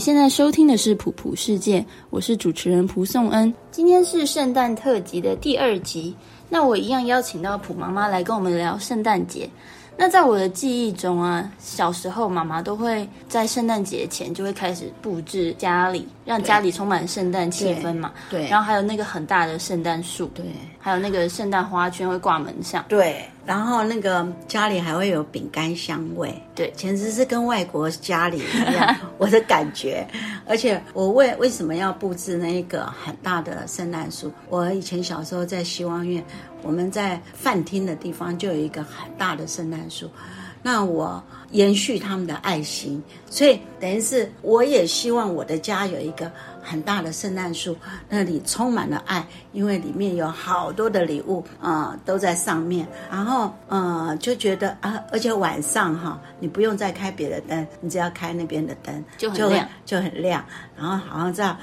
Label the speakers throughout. Speaker 1: 现在收听的是《普普世界》，我是主持人蒲颂恩。今天是圣诞特辑的第二集，那我一样邀请到普妈妈来跟我们聊圣诞节。那在我的记忆中啊，小时候妈妈都会在圣诞节前就会开始布置家里，让家里充满圣诞气氛嘛。
Speaker 2: 对
Speaker 1: 然后还有那个很大的圣诞树，
Speaker 2: 对
Speaker 1: 还有那个圣诞花圈会挂门上。
Speaker 2: 对，然后那个家里还会有饼干香味，
Speaker 1: 对
Speaker 2: 简直是跟外国家里一 样，我的感觉。而且我为为什么要布置那一个很大的圣诞树？我以前小时候在希望院，我们在饭厅的地方就有一个很大的圣诞树。那我延续他们的爱心，所以等于是我也希望我的家有一个很大的圣诞树，那里充满了爱，因为里面有好多的礼物啊、呃都在上面。然后呃就觉得啊，而且晚上哈，你不用再开别的灯，你只要开那边的灯
Speaker 1: 就很
Speaker 2: 会
Speaker 1: 亮
Speaker 2: 就很亮。然后好像在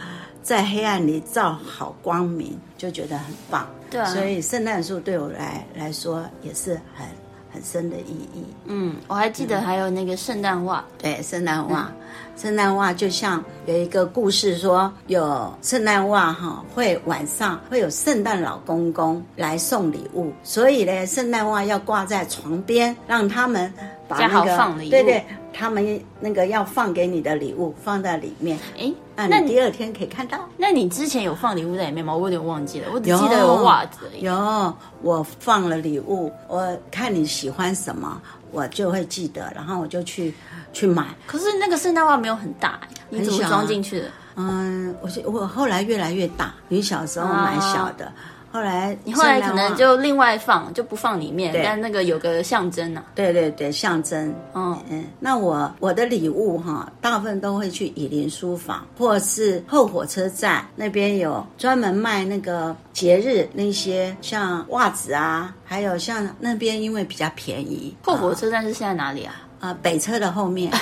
Speaker 2: 在黑暗里照好光明，就觉得很棒。
Speaker 1: 对啊
Speaker 2: 所以圣诞树对我来来说也是很很深的意义。
Speaker 1: 嗯，我还记得还有那个圣诞袜，
Speaker 2: 对，圣诞袜，圣诞袜就像有一个故事说，有圣诞袜哈，会晚上会有圣诞老公公来送礼物，所以呢，圣诞袜要挂在床边，让他们把
Speaker 1: 加
Speaker 2: 那
Speaker 1: 好
Speaker 2: 个
Speaker 1: 放礼物
Speaker 2: 对对，他们那个要放给你的礼物放在里面，
Speaker 1: 诶，那
Speaker 2: 那你
Speaker 1: 啊你
Speaker 2: 第二天可以看到。
Speaker 1: 那你之前有放礼物在里面吗？我有点忘记了，我只
Speaker 2: 有
Speaker 1: 记得有袜子而已。
Speaker 2: 有，我放了礼物，我看你喜欢什么，我就会记得，然后我就去去买。
Speaker 1: 可是那个圣诞袜没有很大、你怎么
Speaker 2: 小啊
Speaker 1: 装进去的？
Speaker 2: 嗯，我是我后来越来越大，你小时候蛮小的，后来
Speaker 1: 啊
Speaker 2: 啊
Speaker 1: 你后来
Speaker 2: 圣诞
Speaker 1: 可能
Speaker 2: 袜
Speaker 1: 就另外放，就不放里面，
Speaker 2: 对
Speaker 1: 但那个有个象征啊。
Speaker 2: 对对对象征。
Speaker 1: 嗯，
Speaker 2: 嗯，那我我的礼物哈，大部分都会去以林书房，或是后火车站那边有专门卖那个节日那些像袜子啊，还有像那边因为比较便宜，
Speaker 1: 后火车站是现在哪里啊？
Speaker 2: 啊、北车的后 面，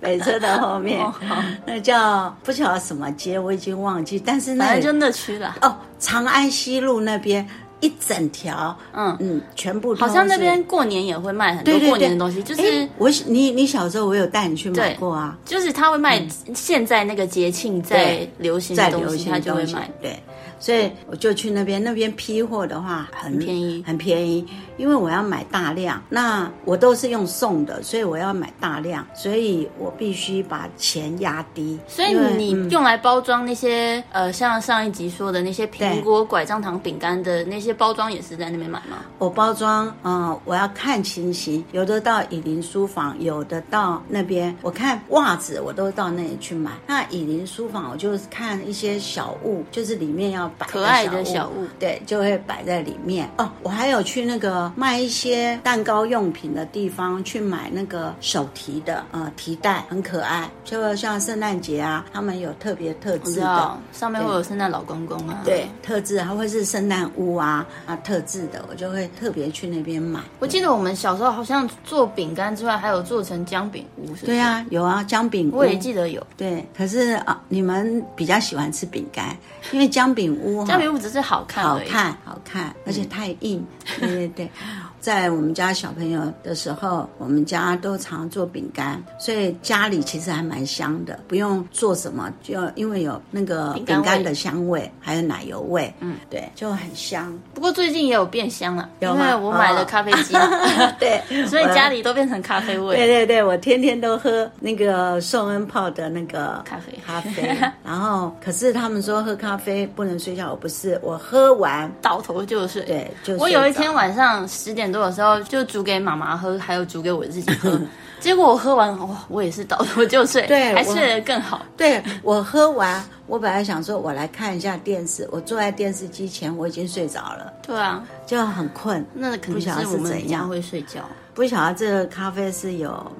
Speaker 2: 北车的后面
Speaker 1: 哦好，
Speaker 2: 那叫不晓得什么街，我已经忘记，但是那
Speaker 1: 反
Speaker 2: 里
Speaker 1: 正就那区啦。
Speaker 2: 哦，长安西路那边一整条，
Speaker 1: 嗯
Speaker 2: 嗯，全部都
Speaker 1: 好像那
Speaker 2: 是
Speaker 1: 边过年也会卖很多
Speaker 2: 对对对
Speaker 1: 过年的东西，就是
Speaker 2: 诶我你你小时候我有带你去买
Speaker 1: 对
Speaker 2: 过啊，
Speaker 1: 就是他会卖现在那个节庆在
Speaker 2: 嗯对
Speaker 1: 流行
Speaker 2: 在
Speaker 1: 的
Speaker 2: 流
Speaker 1: 东西，
Speaker 2: 行
Speaker 1: 他
Speaker 2: 的
Speaker 1: 就会
Speaker 2: 东西
Speaker 1: 卖。
Speaker 2: 对。所以我就去那边，那边批货的话很
Speaker 1: 很便宜
Speaker 2: 很便宜。因为我要买大量，那我都是用送的，所以我要买大量，所以我必须把钱压低。
Speaker 1: 所以
Speaker 2: 因为嗯
Speaker 1: 你用来包装那些、呃，像上一集说的那些苹果、拐杖糖、饼干的那些包装，也是在那边买吗？
Speaker 2: 我包装，嗯、我要看情形，有的到以林书房，有的到那边。我看袜子，我都到那里去买。那以林书房，我就看一些小物，就是里面要摆
Speaker 1: 可爱的
Speaker 2: 小
Speaker 1: 小物
Speaker 2: 对，就会摆在里面。哦，我还有去那个卖一些蛋糕用品的地方去买那个手提的呃提袋，很可爱，就像圣诞节啊，他们有特别特
Speaker 1: 我
Speaker 2: 制
Speaker 1: 知
Speaker 2: 的
Speaker 1: 道。上面会有圣诞老公公啊。
Speaker 2: 对，特制还会是圣诞屋啊啊，特制的，我就会特别去那边买。
Speaker 1: 我记得我们小时候好像做饼干之外，还有做成姜饼屋，是不是
Speaker 2: 对，嗯啊，有啊，姜饼屋
Speaker 1: 我也记得有。
Speaker 2: 对，可是啊，你们比较喜欢吃饼干，因为姜饼屋哈
Speaker 1: 姜饼屋只是好嗯看
Speaker 2: 好
Speaker 1: 而已，
Speaker 2: 看，好看，而且太 硬。对对对，在我们家小朋友的时候，我们家都常做饼干，所以家里其实还蛮香的，不用做什么，就因为有那个
Speaker 1: 饼干
Speaker 2: 饼干
Speaker 1: 味
Speaker 2: 的香味，还有奶油味，嗯，对，就很香。
Speaker 1: 不过最近也有变香了，因
Speaker 2: 有吗
Speaker 1: 为我买了
Speaker 2: 哦，
Speaker 1: 咖啡机嘛
Speaker 2: 对，
Speaker 1: 所以
Speaker 2: 我
Speaker 1: 家里都变成咖啡
Speaker 2: 对
Speaker 1: 味。
Speaker 2: 对对，我天天都喝那个宋恩泡的那个
Speaker 1: 咖啡
Speaker 2: 咖 啡。然后，可是他们说喝咖啡不能睡觉，我不是，我喝完，
Speaker 1: 倒头就睡。
Speaker 2: 对，就
Speaker 1: 我有一天
Speaker 2: 晚，
Speaker 1: 晚上十点多的时候，就煮给妈妈喝，还有煮给我自己 喝。结果我喝完，哇，我也是倒头就睡，
Speaker 2: 对
Speaker 1: 还
Speaker 2: 我
Speaker 1: 睡得更好。
Speaker 2: 对我喝完，我本来想说我来看一下电视，我坐在电视机前，我已经睡着了，
Speaker 1: 对啊，
Speaker 2: 就很困。
Speaker 1: 那可能
Speaker 2: 不晓得
Speaker 1: 是我们
Speaker 2: 怎
Speaker 1: 比较
Speaker 2: 样，
Speaker 1: 会睡觉，
Speaker 2: 不晓得这个咖啡是有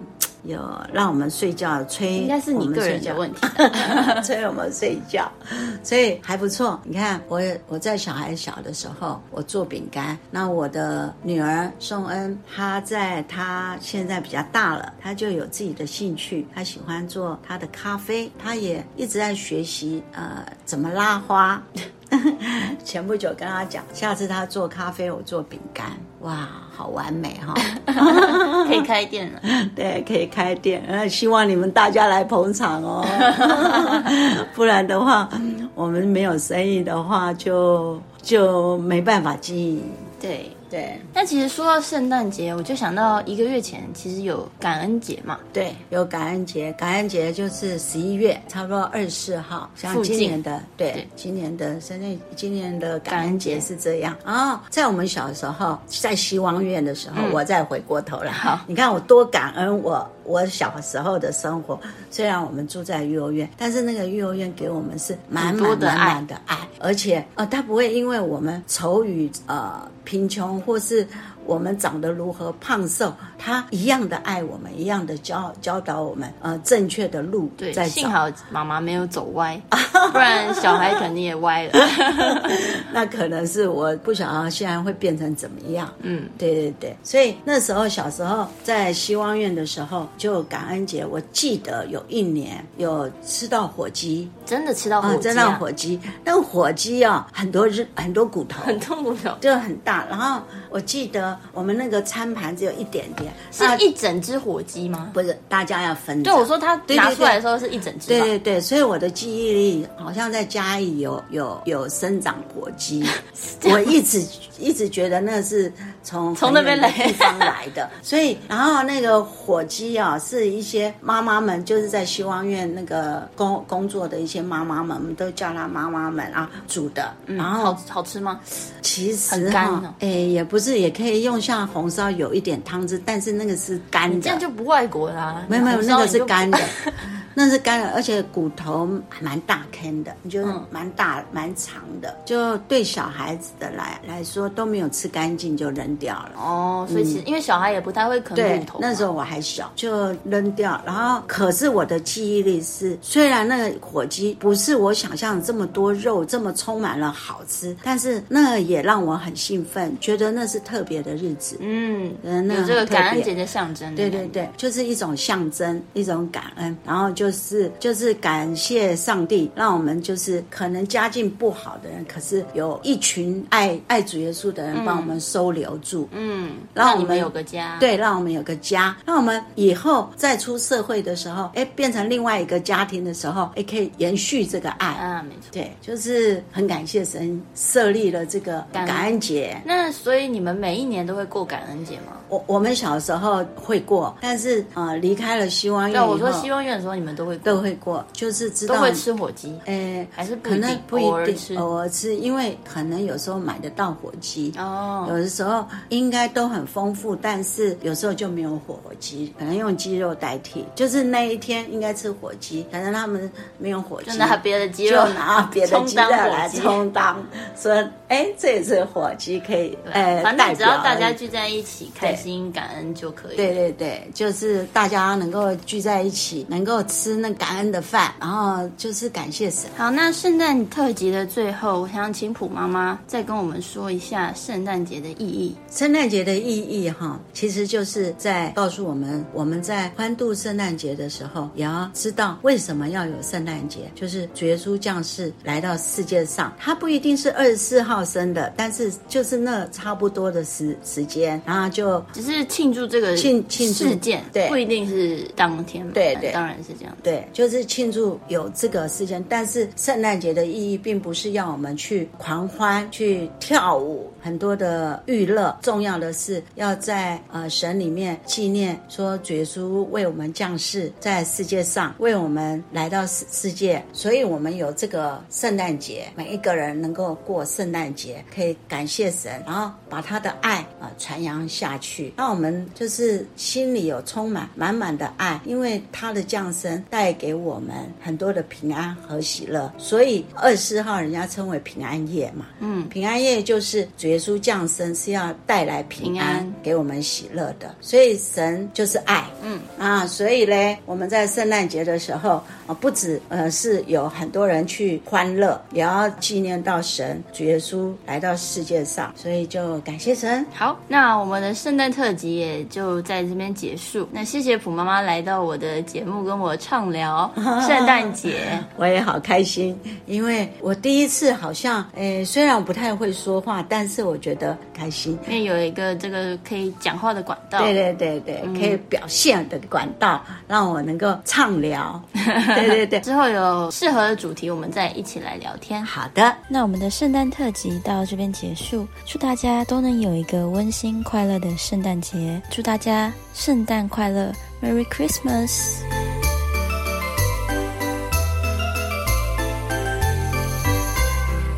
Speaker 2: 有让我们睡觉催，
Speaker 1: 应该是你个人的
Speaker 2: 题。
Speaker 1: 问题。
Speaker 2: 催我们睡觉，所以还不错。你看，我我在小孩小的时候，我做饼干。那我的女儿宋恩，她在她现在比较大了，她就有自己的兴趣，她喜欢做她的咖啡，她也一直在学习呃怎么拉花。 前不久跟他讲，下次他做咖啡，我做饼干，哇，好完美哈、
Speaker 1: 可以开店了。
Speaker 2: 对，可以开店，呃，希望你们大家来捧场哦，不然的话，我们没有生意的话就，就没办法经营。
Speaker 1: 对，
Speaker 2: 对
Speaker 1: 那其实说到圣诞节，我就想到一个月前其实有感恩节嘛，
Speaker 2: 对，有感恩节，感恩节就是十一月，差不多二十四号，像
Speaker 1: 附近
Speaker 2: 今年的，对，
Speaker 1: 对
Speaker 2: 今年的生日，今年的感恩
Speaker 1: 感
Speaker 2: 节
Speaker 1: 恩节嗯
Speaker 2: 是这样啊、在我们小时候，在西王院的时候，我再回过头来，
Speaker 1: 好
Speaker 2: 你看我多感恩我我小时候的生活。虽然我们住在育幼院，但是那个育幼院给我们是满
Speaker 1: 很多
Speaker 2: 满
Speaker 1: 的爱
Speaker 2: 满满的爱，而且呃，他不会因为我们愁与呃贫穷或是。我们长得如何胖瘦，他一样的爱我们，一样的教教导我们，呃，正确的路
Speaker 1: 对，
Speaker 2: 在
Speaker 1: 幸
Speaker 2: 走。
Speaker 1: 好妈妈没有走 歪，不然小孩肯定也歪了。
Speaker 2: 那可能是我不晓得现在会变成怎么样。
Speaker 1: 嗯，
Speaker 2: 对对对，所以那时候小时候在希望院的时候，就感恩节，我记得有一年有吃到火鸡
Speaker 1: 真的吃到火
Speaker 2: 啊，
Speaker 1: 鸡、
Speaker 2: 真的火鸡，那个火鸡啊，很多肉，很多骨头，
Speaker 1: 很痛苦的，
Speaker 2: 就很大。然后我记得我们那个餐盘只有一点点，
Speaker 1: 是
Speaker 2: 那
Speaker 1: 一整只火鸡吗？
Speaker 2: 不是大家要分着。
Speaker 1: 对，我说他
Speaker 2: 对对
Speaker 1: 拿出来的时候是一整只
Speaker 2: 对
Speaker 1: 吧，
Speaker 2: 对对，所以我的记忆力好像在嘉义有有有生长火 鸡，我一直一直觉得那是从
Speaker 1: 从
Speaker 2: 很
Speaker 1: 那边
Speaker 2: 远的
Speaker 1: 来
Speaker 2: 地方来的， 所以然后那个火鸡啊，是一些妈妈们就是在希望院那个工工作的一些妈妈们，我们都叫她妈妈们啊煮的，
Speaker 1: 嗯
Speaker 2: 然后
Speaker 1: 好好吃吗？
Speaker 2: 啊其实
Speaker 1: 很干
Speaker 2: 哈
Speaker 1: 哦，
Speaker 2: 哎、也不是，也可以用像红烧有一点汤汁，但是那个是干的，
Speaker 1: 你这样就不外国啦。
Speaker 2: 没有没有，
Speaker 1: 你
Speaker 2: 那
Speaker 1: 红烧
Speaker 2: 个
Speaker 1: 你就是不
Speaker 2: 干的，那是干的，而且骨头还蛮大坑的，就是
Speaker 1: 嗯
Speaker 2: 蛮大蛮长的，就对小孩子的来来说都没有吃干净就扔掉了。
Speaker 1: 哦，所以其实、因为小孩也不太会啃
Speaker 2: 嗯对
Speaker 1: 骨头，嘛，
Speaker 2: 那时候我还小，就扔掉。然后，可是我的记忆力是，虽然那个火鸡不是我想象的这么多肉，这么充满了好吃，但是那也让我很兴奋，觉得那是特别的日子。
Speaker 1: 嗯，
Speaker 2: 嗯，那
Speaker 1: 有这个
Speaker 2: 很特
Speaker 1: 感恩
Speaker 2: 别
Speaker 1: 节的象征。
Speaker 2: 对对，对，就是一种象征，一种感恩，然后就是就是感谢上帝，让我们就是可能家境不好的人，可是有一群爱爱主耶稣的人帮我们收留住，
Speaker 1: 嗯，
Speaker 2: 然后
Speaker 1: 让你
Speaker 2: 我们
Speaker 1: 们有个家。，
Speaker 2: 对，让我们有个家，让我们以后再出社会的时候，哎，变成另外一个家庭的时候，哎，可以延续这个爱。
Speaker 1: 啊，没错。
Speaker 2: 对，就是很感谢神设立了这个
Speaker 1: 感恩
Speaker 2: 感恩节，
Speaker 1: 那所以你们每一年都会过感恩节吗？
Speaker 2: 我我们小时候会过，但是呃离开了希望
Speaker 1: 对，
Speaker 2: 院以
Speaker 1: 我说
Speaker 2: 后
Speaker 1: 希望院的时候你们都会过
Speaker 2: 都会过，就是知道
Speaker 1: 都会吃火鸡，
Speaker 2: 诶，
Speaker 1: 还是不
Speaker 2: 可
Speaker 1: 一定
Speaker 2: 能不
Speaker 1: 偶尔
Speaker 2: 一定
Speaker 1: 吃
Speaker 2: 偶尔吃，因为可能有时候买得到火鸡。有
Speaker 1: 哦，
Speaker 2: 的时候应该都很丰富，但是有时候就没有火鸡，可能用鸡肉代替。就是那一天应该吃火鸡，可能他们没有火鸡，
Speaker 1: 就拿别的鸡
Speaker 2: 就
Speaker 1: 肉
Speaker 2: 拿别的鸡肉来
Speaker 1: 充
Speaker 2: 充当，说哎，这也是火鸡可以，哎，
Speaker 1: 对，反正只要
Speaker 2: 代
Speaker 1: 大
Speaker 2: 表
Speaker 1: 家聚在一起开心感恩就可以。
Speaker 2: 对，对对，就是大家能够聚在一起，能够吃那感恩的饭，然后就是感谢神。
Speaker 1: 好，那圣诞特辑的最后，我想请普妈妈再跟我们说一下圣诞节的意义。
Speaker 2: 圣诞节的意义哈，其实就是在告诉我们，我们在欢度圣诞节的时候，也要知道为什么要有圣诞节。就是主耶稣降世来到世界上，他不一定是二十四号生的，但是就是那差不多的时时间，然后就
Speaker 1: 只是庆祝这个
Speaker 2: 庆庆祝
Speaker 1: 事件，
Speaker 2: 对
Speaker 1: 不一定是当天嘛。
Speaker 2: 对对
Speaker 1: 当然是这样。
Speaker 2: 对，就是庆祝有这个事件，但是圣诞节的意义并不是要我们去狂欢、去跳舞，很多的娱乐。重要的是要在呃神里面纪念，说主耶稣为我们降世在世界上，为我们来到世世界，所以我们有这个圣诞节，每一个人能够过圣诞节，可以感谢神，然后把他的爱啊、呃传扬下去。让我们就是心里有充满满满的爱，因为他的降生带给我们很多的平安和喜乐，所以二十四号人家称为平安夜嘛。嗯，平安夜就是主耶稣降生是要带来平安，
Speaker 1: 平安
Speaker 2: 给我们喜乐的。所以神就是爱，嗯啊，所以嘞，我们在圣诞节的时候啊，不止呃是有很多人去欢乐，也要纪念到神主耶稣来到世界上，所以就感谢神。
Speaker 1: 好，那我们的圣诞特辑也就在这边结束。那谢谢普妈妈来到我的节目跟我 畅聊圣诞节。
Speaker 2: 我也好开心，因为我第一次好像，诶，虽然我不太会说话，但是我觉得开心。
Speaker 1: 因为有一个这个可以讲话的管道。
Speaker 2: 对对对对，可以表现的管道，让我能够畅聊。 对对对，
Speaker 1: 之后有适合的主题，我们再一起来聊天。
Speaker 2: 好的，
Speaker 3: 那我们的圣诞特辑到这边结束，祝大家都能有一个温馨快乐的圣诞节，祝大家圣诞快乐，Merry Christmas。